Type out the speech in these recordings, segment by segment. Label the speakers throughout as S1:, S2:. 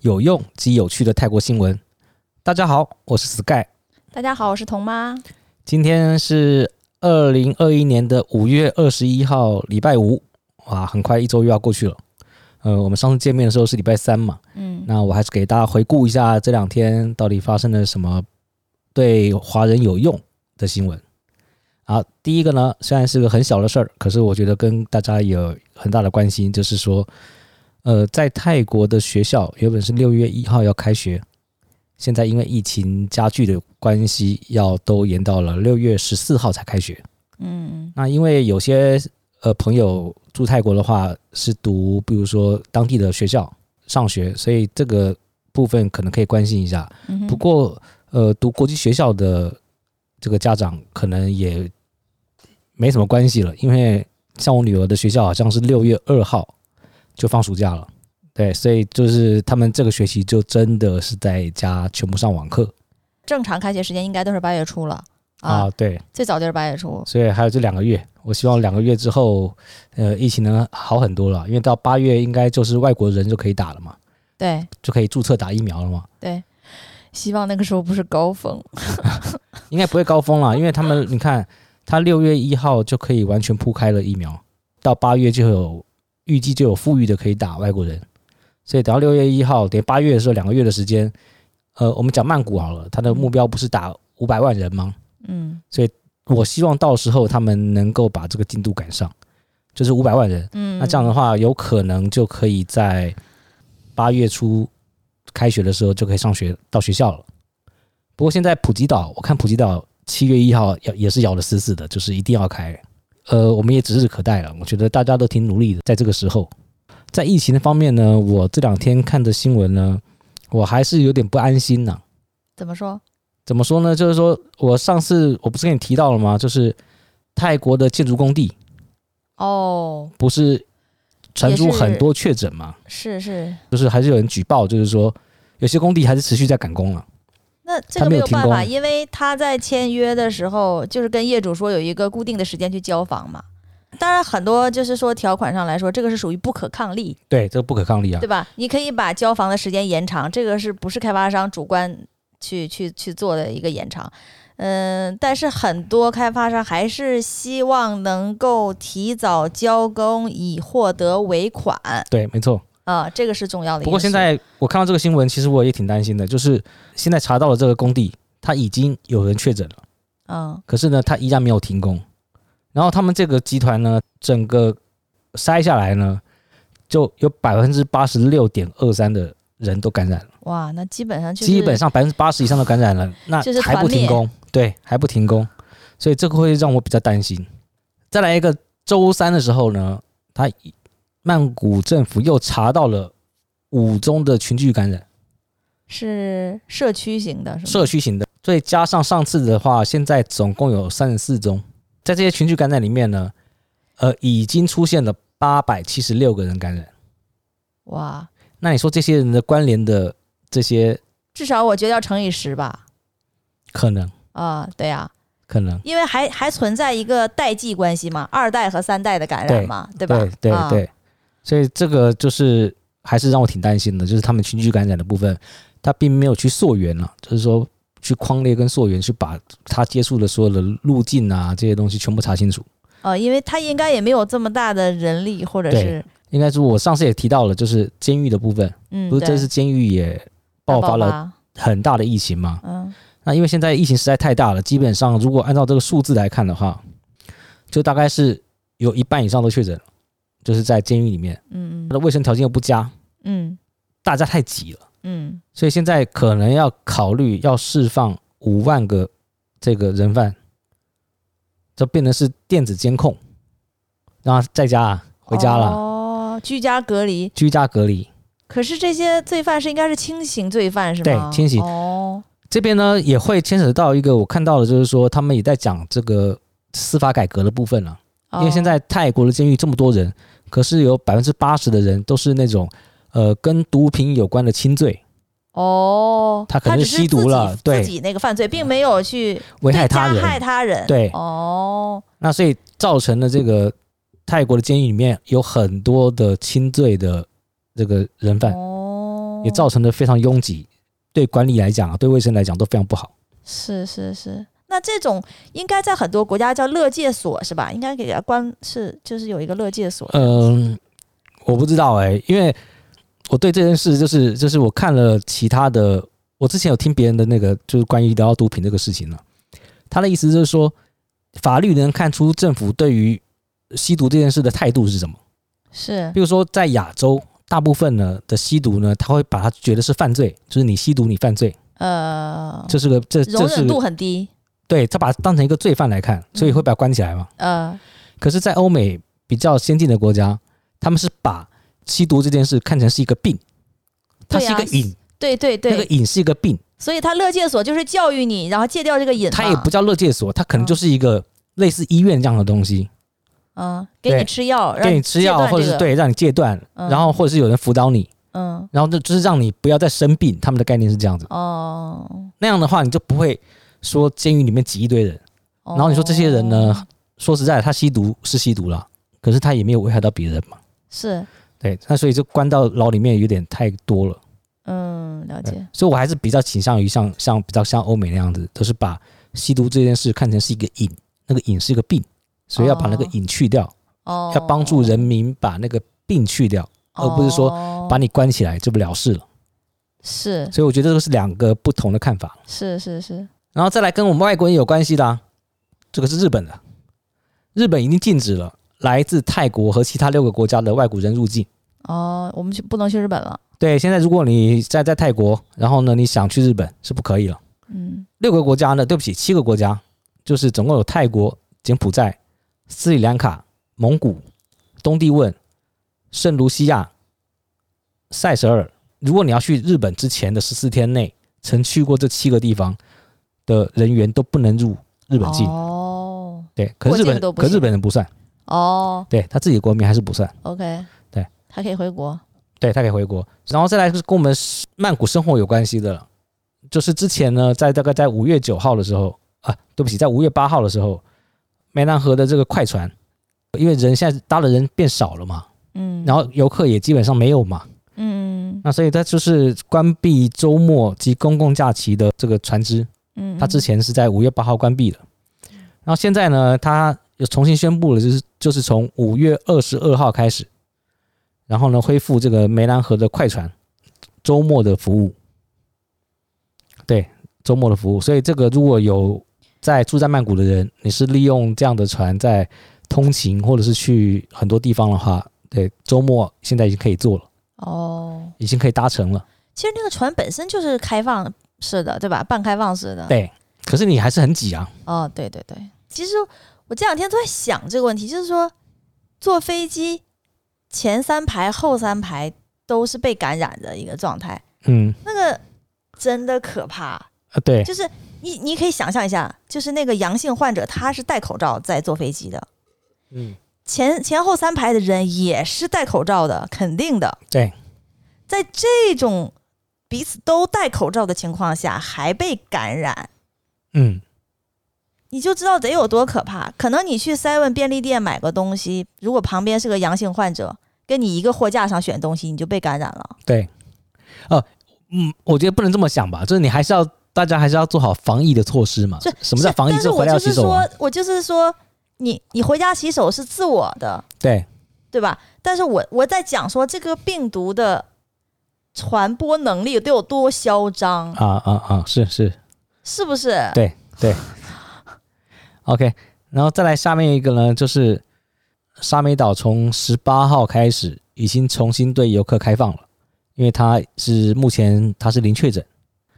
S1: 有用及有趣的泰国新闻。大家好，我是 Sky，
S2: 大家好，我是童妈。
S1: 今天是二零二一年的五月二十一号，礼拜五。哇，很快一周又要过去了。呃，我们上次见面的时候是礼拜三嘛，
S2: 嗯，
S1: 那我还是给大家回顾一下这两天到底发生了什么对华人有用的新闻。好，第一个呢，虽然是个很小的事儿，可是我觉得跟大家有很大的关系，就是说，呃，在泰国的学校原本是六月一号要开学，现在因为疫情加剧的关系，要都延到了六月十四号才开学。
S2: 嗯，
S1: 那因为有些呃朋友住泰国的话，是读比如说当地的学校上学，所以这个部分可能可以关心一下。
S2: 嗯哼
S1: 不过呃，读国际学校的这个家长可能也没什么关系了，因为像我女儿的学校好像是六月二号就放暑假了。对，所以就是他们这个学期就真的是在家全部上网课
S2: 正常开学时间应该都是八月初了啊，
S1: 啊，对，
S2: 最早就是八月初。
S1: 所以还有这两个月，我希望两个月之后，呃，疫情能好很多了，因为到八月应该就是外国人就可以打了嘛，
S2: 对
S1: 就可以注册打疫苗了嘛，
S2: 对，希望那个时候不是高峰。
S1: 应该不会高峰了，因为他们你看，他六月一号就可以完全铺开了疫苗，到八月就有预计就有富裕的可以打外国人，所以等到六月一号，等于八月的时候两个月的时间，呃，我们讲曼谷好了，他的目标不是打五百万人吗？
S2: 嗯
S1: 我希望到时候他们能够把这个进度赶上，就是五百万人。
S2: 嗯，
S1: 那这样的话，有可能就可以在八月初开学的时候就可以上学到学校了。不过现在普吉岛，我看普吉岛七月一号要也是咬得死死的，就是一定要开。呃，我们也指日可待了。我觉得大家都挺努力的，在这个时候，在疫情方面呢，我这两天看的新闻呢，我还是有点不安心呐、
S2: 怎么说？
S1: 怎么说呢？就是说我上次我不是跟你提到了吗？就是泰国的建筑工地
S2: 哦，
S1: 不是传出
S2: 也是
S1: 很多确诊吗？
S2: 是是，
S1: 就是还是有人举报，就是说有些工地还是持续在赶工了。
S2: 那这
S1: 他
S2: 个没
S1: 没有
S2: 有
S1: 停
S2: 办法，
S1: 工
S2: 因为他在签约的时候就是跟业主说有一个固定的时间去交房嘛。当然，很多就是说条款上来说，这个是属于不可抗力，
S1: 对，这个不可抗力啊
S2: 对。吧？你可以把交房的时间延长，这个是不是开发商主观去去去做的一个延长？嗯，但是很多开发商还是希望能够提早交工，以获得尾款
S1: 对，没错。
S2: 啊，这个是重要的因素。
S1: 不过现在我看到这个新闻，其实我也挺担心的，就是现在查到了这个工地，它已经有人确诊了，
S2: 嗯，
S1: 可是呢，它依然没有停工。然后他们这个集团呢，整个筛下来呢，就有百分之八十六点二三的人都感染了，
S2: 哇，那基本上就是
S1: 基本上百分之八十以上都感染了，那
S2: 就是
S1: 还
S2: 团
S1: 不停
S2: 灭
S1: 工，对，还不停工，所以这个会让我比较担心。再来一个，周三的时候呢，他曼谷政府又查到了五宗的群聚感染，
S2: 是社区型的，是吗？
S1: 社区型的，所以加上上次的话，现在总共有三十四宗。在这些群聚感染里面呢，呃，已经出现了八百七十六个人感染。
S2: 哇，
S1: 那你说这些人的关联的这些
S2: 至少我觉得要乘以十吧。
S1: 可能
S2: 啊、对呀、
S1: 可能，
S2: 因为还还存在一个代际关系嘛，二代和三代的感染
S1: 对
S2: 嘛，对
S1: 对
S2: 吧？
S1: 对
S2: 啊
S1: 对所以这个就是还是让我挺担心的，就是他们群聚感染的部分，他并没有去溯源了，就是说去框列跟溯源，去把他接触的所有的路径啊这些东西全部查清楚。
S2: 呃，因为他应该也没有这么大的人力，或者
S1: 对
S2: 是
S1: 应该是我上次也提到了，就是监狱的部分，
S2: 嗯，
S1: 不是这
S2: 对
S1: 次监狱也
S2: 大
S1: 爆
S2: 爆
S1: 发了
S2: 发，
S1: 很大的疫情嘛？
S2: 嗯
S1: 那因为现在疫情实在太大了，基本上如果按照这个数字来看的话，就大概是有一半以上都确诊了，就是在监狱里面，
S2: 嗯
S1: 它的卫生条件又不佳，
S2: 嗯
S1: 大家太挤了。
S2: 嗯
S1: 所以现在可能要考虑要释放五万个这个人犯，这变成是电子监控，让他在家啊，回家了，
S2: 哦，居家隔离，
S1: 居家隔离。
S2: 可是这些罪犯是应该是轻型罪犯是吗？
S1: 对轻型
S2: 哦，
S1: 这边呢也会牵扯到一个我看到的，就是说他们也在讲这个司法改革的部分了、
S2: 哦
S1: 因为现在泰国的监狱这么多人，可是有百分之八十的人都是那种呃跟毒品有关的轻罪，
S2: 哦，
S1: 他可能
S2: 只
S1: 是吸毒
S2: 自己
S1: 了对
S2: 自己那个犯罪，并没有去
S1: 危害
S2: 对加
S1: 他人。
S2: 害他人，
S1: 对
S2: 哦，
S1: 那所以造成了这个呃泰国的监狱里面有很多的轻罪的这个人犯，
S2: 哦，
S1: 也造成了非常拥挤，对管理来讲啊，对卫生来讲都非常不好。
S2: 是是是。那这种应该在很多国家叫乐界所是吧？应该给它关是就是有一个乐界所，
S1: 嗯，我不知道哎、因为我对这件事就是就是我看了其他的，我之前有听别人的那个就是关于聊到毒品这个事情了、他的意思就是说，法律能看出政府对于吸毒这件事的态度是什么。
S2: 是
S1: 比如说在亚洲，大部分呢的吸毒呢，他会把它觉得是犯罪，就是你吸毒你犯罪，
S2: 呃，
S1: 这是个这这
S2: 容
S1: 是
S2: 忍度嗯
S1: 个
S2: 很低，
S1: 对他把它当成一个罪犯来看，所以会把它关起来嘛。
S2: 呃，
S1: 可是，在欧美比较先进的国家，他们是把吸毒这件事看成是一个病，它
S2: 对
S1: 是一
S2: 啊
S1: 个瘾，
S2: 对对
S1: 那个
S2: 对，
S1: 瘾是一个病，
S2: 所以他乐界所就是教育你，然后戒掉这个瘾嘛，
S1: 它也不叫乐界所，它可能
S2: 嗯
S1: 就是一个类似医院这样的东西，
S2: 嗯，给你
S1: 对
S2: 吃药，让
S1: 给你吃
S2: 戒
S1: 药
S2: 断
S1: 或者
S2: 这
S1: 是
S2: 个，
S1: 对让你戒断，
S2: 嗯
S1: 然后或者是有人辅导你，
S2: 嗯，
S1: 然后就就是让你不要再生病，他们的概念是这样子。
S2: 哦，
S1: 那样的话，你就不会说监狱里面挤一堆人。
S2: 然
S1: 然后你说这些人呢，说实在，他吸毒是吸毒了，可是他也没有危害到别人嘛。
S2: 是，
S1: 对，那所以就关到牢里面有点太多了。
S2: 嗯，了
S1: 对
S2: 解，
S1: 所以我还是比较倾向于像像比较像欧美那样子，都是把吸毒这件事看成是一个瘾，那个瘾是一个病，所以要把那个
S2: 哦
S1: 瘾去掉，
S2: 哦，
S1: 呃要帮助人民把那个病去掉，而不是说
S2: 哦
S1: 把你关起来就不了事了。
S2: 是
S1: 所以我觉得这个是两个不同的看法。
S2: 是是是，
S1: 然后再来跟我们外国人有关系的、啊，这个是日本的，日本已经禁止了来自泰国和其他六个国家的外国人入境。
S2: 哦，我们去不能去日本了，
S1: 对，现在如果你在在泰国，然后呢你想去日本是不可以了。
S2: 嗯，
S1: 六个国家呢，对不起，七个国家，就是总共有泰国、柬埔寨、斯里兰卡、蒙古、东帝汶、圣卢西亚、塞舌尔。如果你要去日本之前的十四天内，曾去过这七个地方的人员都不能入日本境。
S2: 哦
S1: 对，可
S2: 过
S1: 是日
S2: 境
S1: 本
S2: 都不
S1: 可日
S2: 行
S1: 本人不算，
S2: 哦
S1: 对他自己国民还是不算，
S2: ，OK，
S1: 对，
S2: 还可以回国，
S1: 对他可以回国。然后再来就是跟我们曼谷生活有关系的了，就是之前呢，在大概在五月九号的时候啊，对不起，在五月八号的时候，湄南河的这个快船，因为人现在搭的人变少了嘛，
S2: 嗯，
S1: 然
S2: 后
S1: 后游客也基本上没有嘛，
S2: 嗯
S1: 那所以它就是关闭周末及公共假期的这个船只，
S2: 嗯，
S1: 它之前是在五月八号关闭的，然后现在呢，它又重新宣布了，就是就是从五月二十二号开始，然后呢恢复这个湄南河的快船周末的服务，对，周末的服务。所以这个如果有在住在曼谷的人，你是利用这样的船在通勤或者是去很多地方的话，对，周末现在已经可以做了，
S2: 哦，
S1: 已经可以搭乘了，
S2: 其实那个船本身就是开放式的，对吧？半开放式的，
S1: 对。可是你还是很挤啊，
S2: 哦，对对对，其实我这两天都在想这个问题，就是说坐飞机前三排、后三排都是被感染的一个状态，
S1: 嗯，
S2: 那个真的可怕。
S1: 呃对，
S2: 就是你你可以想象一下，就是那个阳性患者他是戴口罩在坐飞机的，
S1: 嗯，
S2: 前前后三排的人也是戴口罩的，肯定的。
S1: 对，
S2: 在这种彼此都戴口罩的情况下还被感染，
S1: 嗯，
S2: 你就知道得有多可怕。可能你去 Seven 便利店买个东西，如果旁边是个阳性患者，跟你一个货架上选东西，你就被感染了。
S1: 对，呃，嗯，我觉得不能这么想吧，就是你还是要大家还是要做好防疫的措施嘛
S2: 是。
S1: 什么叫
S2: 是
S1: 防疫？
S2: 但是
S1: 回
S2: 我
S1: 来要
S2: 就
S1: 洗
S2: 是
S1: 手啊。
S2: 说，我就是说，你你回家洗手是自我的，
S1: 对，
S2: 对吧？但是我我在讲说这个病毒的传播能力得有多嚣张，
S1: 啊啊啊，是是，
S2: 是不是？
S1: 对对。OK，然后再来下面一个呢，就是沙美岛从十八号开始已经重新对游客开放了，因为它是目前它是零确诊。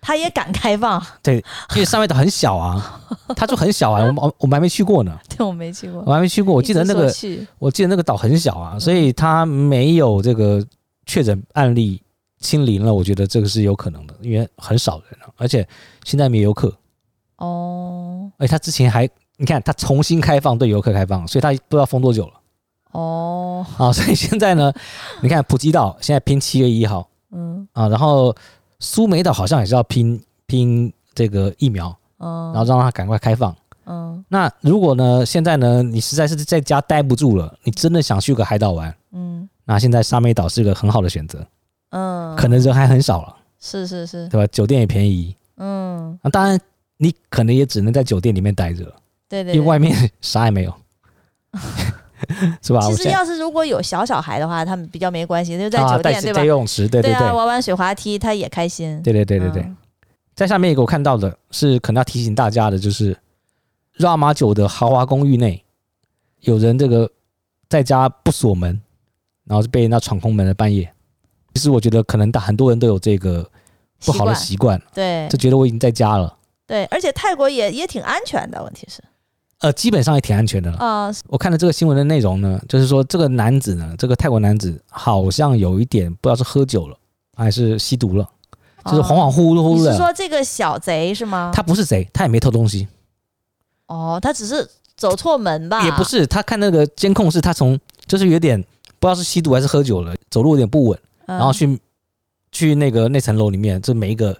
S2: 他也敢开放，
S1: 因为沙美岛很小啊，它就很小啊，我们我们还没去过呢，
S2: 对我没去过。
S1: 我还没去过。呃我记得那
S2: 一
S1: 个
S2: 直说去
S1: 我记得那个岛很小啊，所以它没有这个确诊案例清零了，我觉得这个是有可能的，因为很少人了，而且现在没游客，
S2: 哦
S1: 而且他之前还你看他重新开放对游客开放，所以他不知道封多久了
S2: 哦，
S1: 啊， 所以现在呢，你看普吉岛现在拼七月一号
S2: 嗯
S1: 啊，然后苏梅岛好像也是要拼拼这个疫苗，
S2: 嗯，
S1: 然后让它赶快开放。
S2: 嗯
S1: 那如果呢，现在呢，你实在是在家待不住了，你真的想去个海岛玩，
S2: 嗯
S1: 那现在沙美岛是个很好的选择，
S2: 嗯，
S1: 可能人还很少了，
S2: 是是是，
S1: 对吧？酒店也便宜，啊
S2: 嗯，
S1: 那当然你可能也只能在酒店里面待着了，
S2: 对对
S1: 因为
S2: 对。
S1: 外面啥也 没有，是吧？
S2: 其
S1: 我
S2: 实
S1: 现在
S2: 要是如果有小小孩的话，他们比较没关系，就在
S1: 啊，
S2: 酒
S1: 在
S2: 店对吧
S1: 在？游泳池，对对
S2: 啊，玩玩水滑梯他也开心。
S1: 对对对对对对。
S2: 嗯
S1: 在下面一个我看到的是，可能要提醒大家的就是，绕马酒的豪华公寓内有人这个在家不锁门，然后是被人家闯空门的半夜。其实我觉得可能大很多人都有这个不好的
S2: 习
S1: 习惯，
S2: 惯对
S1: 就觉得我已经在家了，
S2: 对，而且泰国也也挺安全的，问题是
S1: 呃，基本上也挺安全的了。
S2: 啊，
S1: 我看了这个新闻的内容呢，就是说这个男子呢，这个泰国男子好像有一点不知道是喝酒了还是吸毒了，就是
S2: 啊
S1: 恍恍惚惚
S2: 你是
S1: 的。
S2: 说这个小贼是吗？
S1: 他不是贼，他也没偷东西，
S2: 哦，他只是走错门吧？
S1: 也不是，他看那个监控是他从就是有点不知道是吸毒还是喝酒了，走路有点不稳，
S2: 嗯，
S1: 然后去去那个那层楼里面，这每一个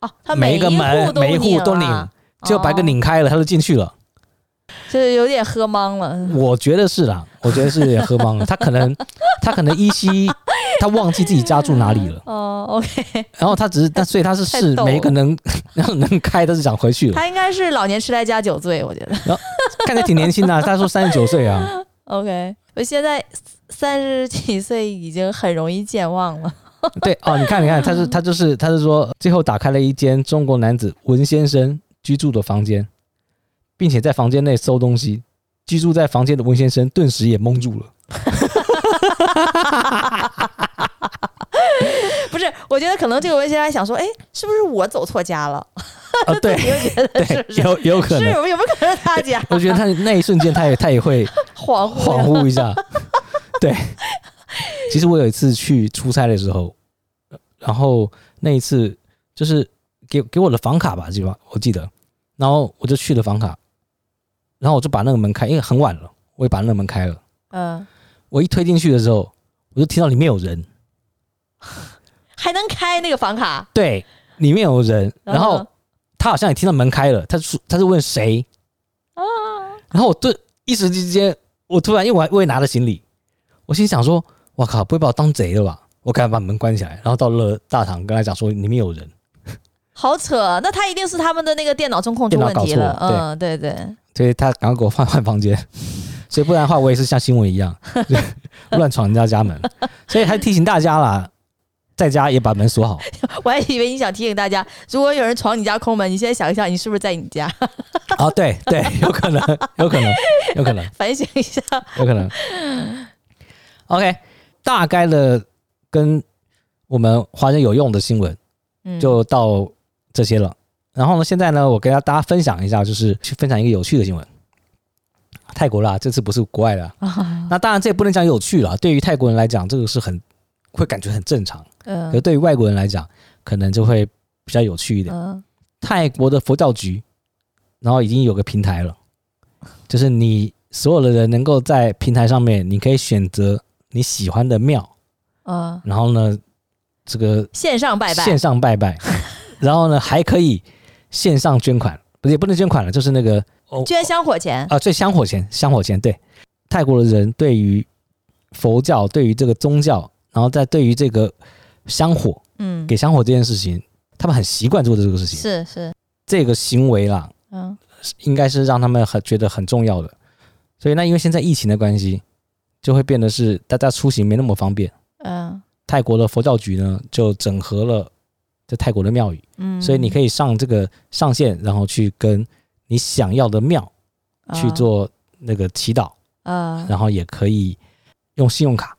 S2: 哦，他
S1: 每
S2: 一
S1: 一个门
S2: 都
S1: 每一户都
S2: 拧
S1: 拧
S2: 啊，，
S1: 就把一个拧开了，他就进去了。
S2: 哦，就是有点喝懵了。
S1: 我觉得是啦，我觉得是也喝懵了，他可能他可能依 稀他忘记自己家住哪里了，
S2: 哦，OK，
S1: 然后他只是但所以他是
S2: 太
S1: 试
S2: 逗
S1: 每一个
S2: 了
S1: 能 能开，他是想 回去了，
S2: 他应该是老年痴呆加酒醉，我觉得。
S1: 看起来挺年轻的啊，他说三十九 岁啊，
S2: OK，我现在三十几岁已经很容易健忘了。
S1: 对哦，你看你看，他是他就是他是说，最后打开了一间中国男子文先生居住的房间，并且在房间内搜东西。居住在房间的文先生顿时也懵住 了。
S2: 不是，我觉得可能这个文先生还想说，哎，是不是我走错家了？
S1: 啊，对
S2: 你会觉得是
S1: 对
S2: 不，是？
S1: 有有可
S2: 是
S1: 能。
S2: 有有没有可能是他家
S1: 我觉得他那一瞬间，他也他也会
S2: 恍惚
S1: 恍
S2: 了？
S1: 惚一下。对，其实我有一次去出差的时候，然后那一次就是给给我的房卡吧，基本上我记得，然后我就去了房卡，然后我就把那个门开，因为很晚了，我也把那个门开了。
S2: 嗯，
S1: 我一推进去的时候，我就听到里面有人，
S2: 还能开那个房卡？嗯
S1: 对，里面有人，然后
S2: 呢
S1: 他好像也听到门开了，他就他就问谁，然后我顿一时之间，我突然因为我还我也拿着行李，我心想说，我靠，不会把我当贼了吧？我赶紧把门关起来，然后到了大堂跟他讲说里面有人，
S2: 好扯，那他一定是他们的那个电脑中控出问题
S1: 电脑搞错
S2: 嗯，对对，
S1: 所以他赶快给我换换房间， 所以不然的话我也是像新闻一样 就乱闯人家家门，所以还提醒大家啦，在家也把门锁好，
S2: 我还以为你想提醒大家，如果有人闯你家空门，你现在想一想，你是不是在你家？
S1: 啊，对对，有可能，有可能，有可能。
S2: 反省一下。
S1: 有可能。OK，大概的跟我们华人有用的新闻
S2: 嗯，
S1: 就到这些了。然后呢，现在呢，我给大家分享一下，就是去分享一个有趣的新闻。泰国啦，这次不是国外的啊。
S2: 啊，
S1: 那当然，这也不能讲有趣了。对于泰国人来讲，这个是很会感觉很正常；可是
S2: 嗯
S1: 对于外国人来讲，可能就会比较有趣一点。
S2: 嗯，
S1: 泰国的佛教局，然后已经有个平台了，就是你所有的人能够在平台上面，你可以选择你喜欢的庙，
S2: 嗯，
S1: 然后呢，这个
S2: 线上拜拜
S1: 线，上 拜拜，然后呢还可以线上捐款，不是也不能捐款了，就是那个哦
S2: 捐香火钱。
S1: 啊，对，香火钱，香火钱，对，泰国的人对于佛教，对于这个宗教，然后再对于这个香火
S2: 嗯，
S1: 给香火这件事情，他们很习惯做这个事情，
S2: 是是，
S1: 这个行为啦，
S2: 嗯
S1: 应该是让他们很觉得很重要的。所以那因为现在疫情的关系，就会变得是大家出行没那么方便。
S2: 嗯
S1: 泰国的佛教局呢就整合了这泰国的庙宇，
S2: 嗯，
S1: 所以你可以上这个上线，然后去跟你想要的庙
S2: 以
S1: 去做那个祈祷，
S2: 啊。
S1: 然后也可以用信用卡。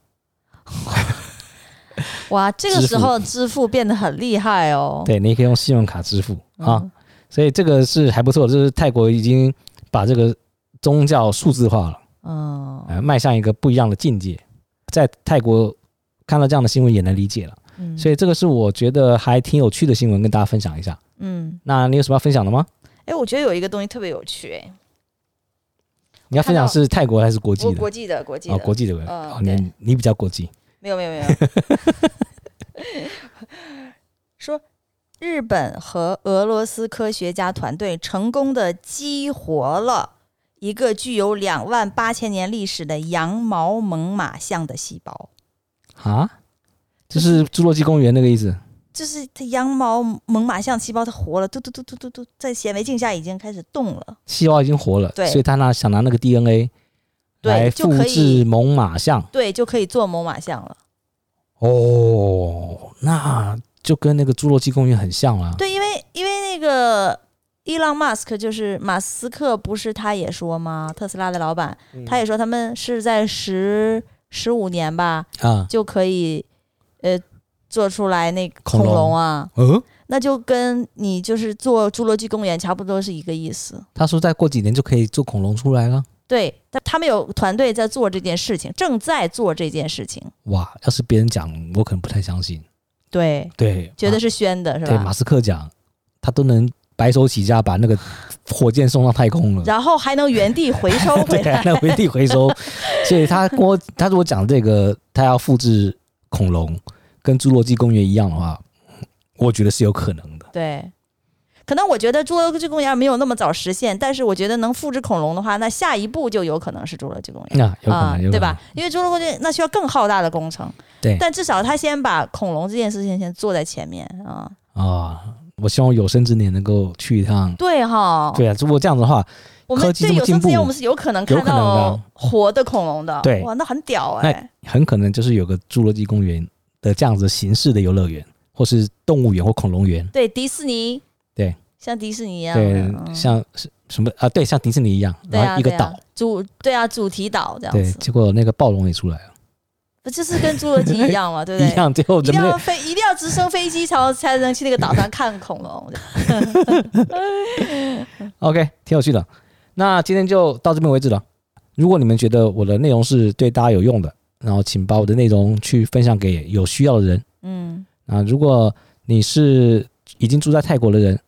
S2: 哇，这个
S1: 支
S2: 时
S1: 付
S2: 候支付变得很厉害哦。
S1: 对，你也可以用信用卡支付啊。
S2: 嗯，
S1: 所以这个是还不错，就是泰国已经把这个宗教数字化了。
S2: 嗯
S1: 呃，迈向一个不一样的境界。在泰国看到这样的新闻也能理解了，
S2: 嗯，
S1: 所
S2: 以
S1: 以这个是我觉得还挺有趣的新闻，跟大家分享一下。
S2: 嗯，
S1: 那你有什么要分享的吗？
S2: 哎，我觉得有一个东西特别有趣，哎，
S1: 你要分享是泰国还是国际
S2: 我
S1: 的？
S2: 国际的国际
S1: 哦，
S2: 的，
S1: 国际的，
S2: 嗯
S1: 哦，
S2: 对
S1: 你你比较国际，
S2: 没有没有没有， 说日本和俄罗斯科学家团队成功的激活了一个具有两万八千年历史的羊毛猛犸象的细胞，
S1: 啊，就是侏罗纪公园那个意思。
S2: 就是它羊毛猛犸象细胞它活了，嘟嘟嘟嘟嘟嘟，在显微镜下已经开始动了，
S1: 细胞已经活了，
S2: 对
S1: 所以他拿想拿那个 DNA 来
S2: 对，就
S1: 复
S2: 可
S1: 制
S2: 以
S1: 猛犸象。
S2: 对就可以做猛犸象了。
S1: 哦，那就跟那个侏罗纪公园很像了。
S2: 对，因为因为那个伊朗马斯克就是马斯克，不是他也说吗？特斯拉的老板，
S1: 嗯
S2: 他也说他们是在十十五年吧
S1: 啊，
S2: 就可以，呃，做出来那个
S1: 恐
S2: 恐
S1: 龙
S2: 龙啊，
S1: 嗯，
S2: 那就跟你就是做侏罗纪公园差不多是一个意思。
S1: 他说再过几年就可以做恐龙出来了。
S2: 对，但他们有团队在做这件事情，正在做这件事情。
S1: 哇，要是别人讲，我可能不太相信。
S2: 对，
S1: 对，
S2: 觉得
S1: 是
S2: 是啊宣的，是
S1: 对
S2: 吧
S1: 马？斯克讲，他都能白手起家把那个火箭送到太空了。
S2: 然后还能原地回收回
S1: 对，啊
S2: 来。
S1: 那回地回收。所以他跟我，他如果讲这个，他要复制恐龙，跟侏罗纪公园一样的话，我觉得是有可能的。
S2: 对，可能我觉得侏罗纪公园没有那么早实现，但是我觉得能复制恐龙的话，那下一步就有可能是侏罗纪公园。
S1: 那、有可能，
S2: 啊、
S1: 有可能
S2: 对吧？？因为侏罗纪那需要更浩大的工程，
S1: 对
S2: 但至少他先把恐龙这件事情先做在前面啊、
S1: 啊，我希望有生之年能够去一趟。
S2: 对哈，
S1: 对啊，如果这样子的话，
S2: 我
S1: 科
S2: 们
S1: 技
S2: 对
S1: 这么
S2: 有生之
S1: 进
S2: 年
S1: 步
S2: 我们是有可能
S1: 有
S2: 看
S1: 可能
S2: 到
S1: 的
S2: 活的恐龙的，
S1: 对
S2: 哇，那很屌
S1: 那
S2: 哎、
S1: 很可能就是有个侏罗纪公园的这样子形式的游乐园，或是动物园或恐龙园。
S2: 对，迪士尼，
S1: 对，
S2: 像迪士尼一样的，
S1: 对，
S2: 嗯
S1: 像是什么啊？对，像迪士尼一样，
S2: 对
S1: 然后
S2: 啊，
S1: 一个
S2: 对啊
S1: 岛。
S2: 主对啊主题岛这样
S1: 对，
S2: 子，
S1: 结果那个暴龙也出来了，
S2: 不就是跟侏罗纪一样嘛，对不对
S1: 一？样，最后
S2: 一定
S1: 人类
S2: 要飞，一定要直升飞机才才能去那个岛上看恐龙。
S1: OK，挺有趣的。那今天就到这边为止了。如果你们觉得我的内容是对大家有用的，然后请把我的内容去分享给有需要的人。
S2: 嗯，
S1: 啊，如果你是已经住在泰国的人，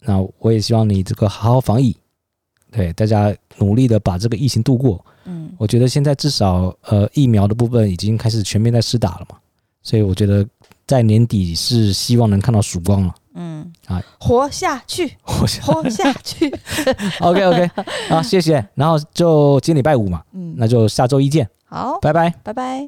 S1: 那我也希望你这个好好防疫，对大家努力的把这个疫情度过。
S2: 嗯，
S1: 我觉得现在至少呃疫苗的部分已经开始全面在施打了嘛，所以我觉得在年底是希望能看到曙光了。
S2: 嗯
S1: 哎，
S2: 活下去，
S1: 我 想
S2: 活下去。
S1: OK OK，好，谢谢。然后就今天礼拜五嘛，
S2: 嗯，
S1: 那就下周一见，
S2: 好，
S1: 拜拜。
S2: 拜拜。